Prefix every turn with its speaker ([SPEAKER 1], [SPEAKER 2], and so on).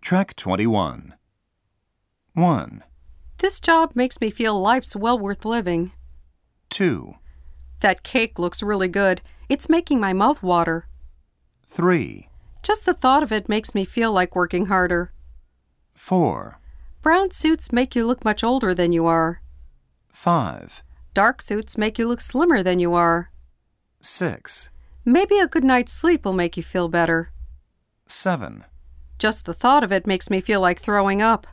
[SPEAKER 1] Track 21. 1,
[SPEAKER 2] This job makes me feel life's well worth living.
[SPEAKER 1] 2,
[SPEAKER 2] That cake looks really good. It's making my mouth water.
[SPEAKER 1] 3,
[SPEAKER 2] Just the thought of it makes me feel like working harder.
[SPEAKER 1] 4,
[SPEAKER 2] Brown suits make you look much older than you are.
[SPEAKER 1] 5,
[SPEAKER 2] Dark suits make you look slimmer than you are.
[SPEAKER 1] 6,
[SPEAKER 2] Maybe a good night's sleep will make you feel better.
[SPEAKER 1] 7,
[SPEAKER 2] Just the thought of it makes me feel like throwing up.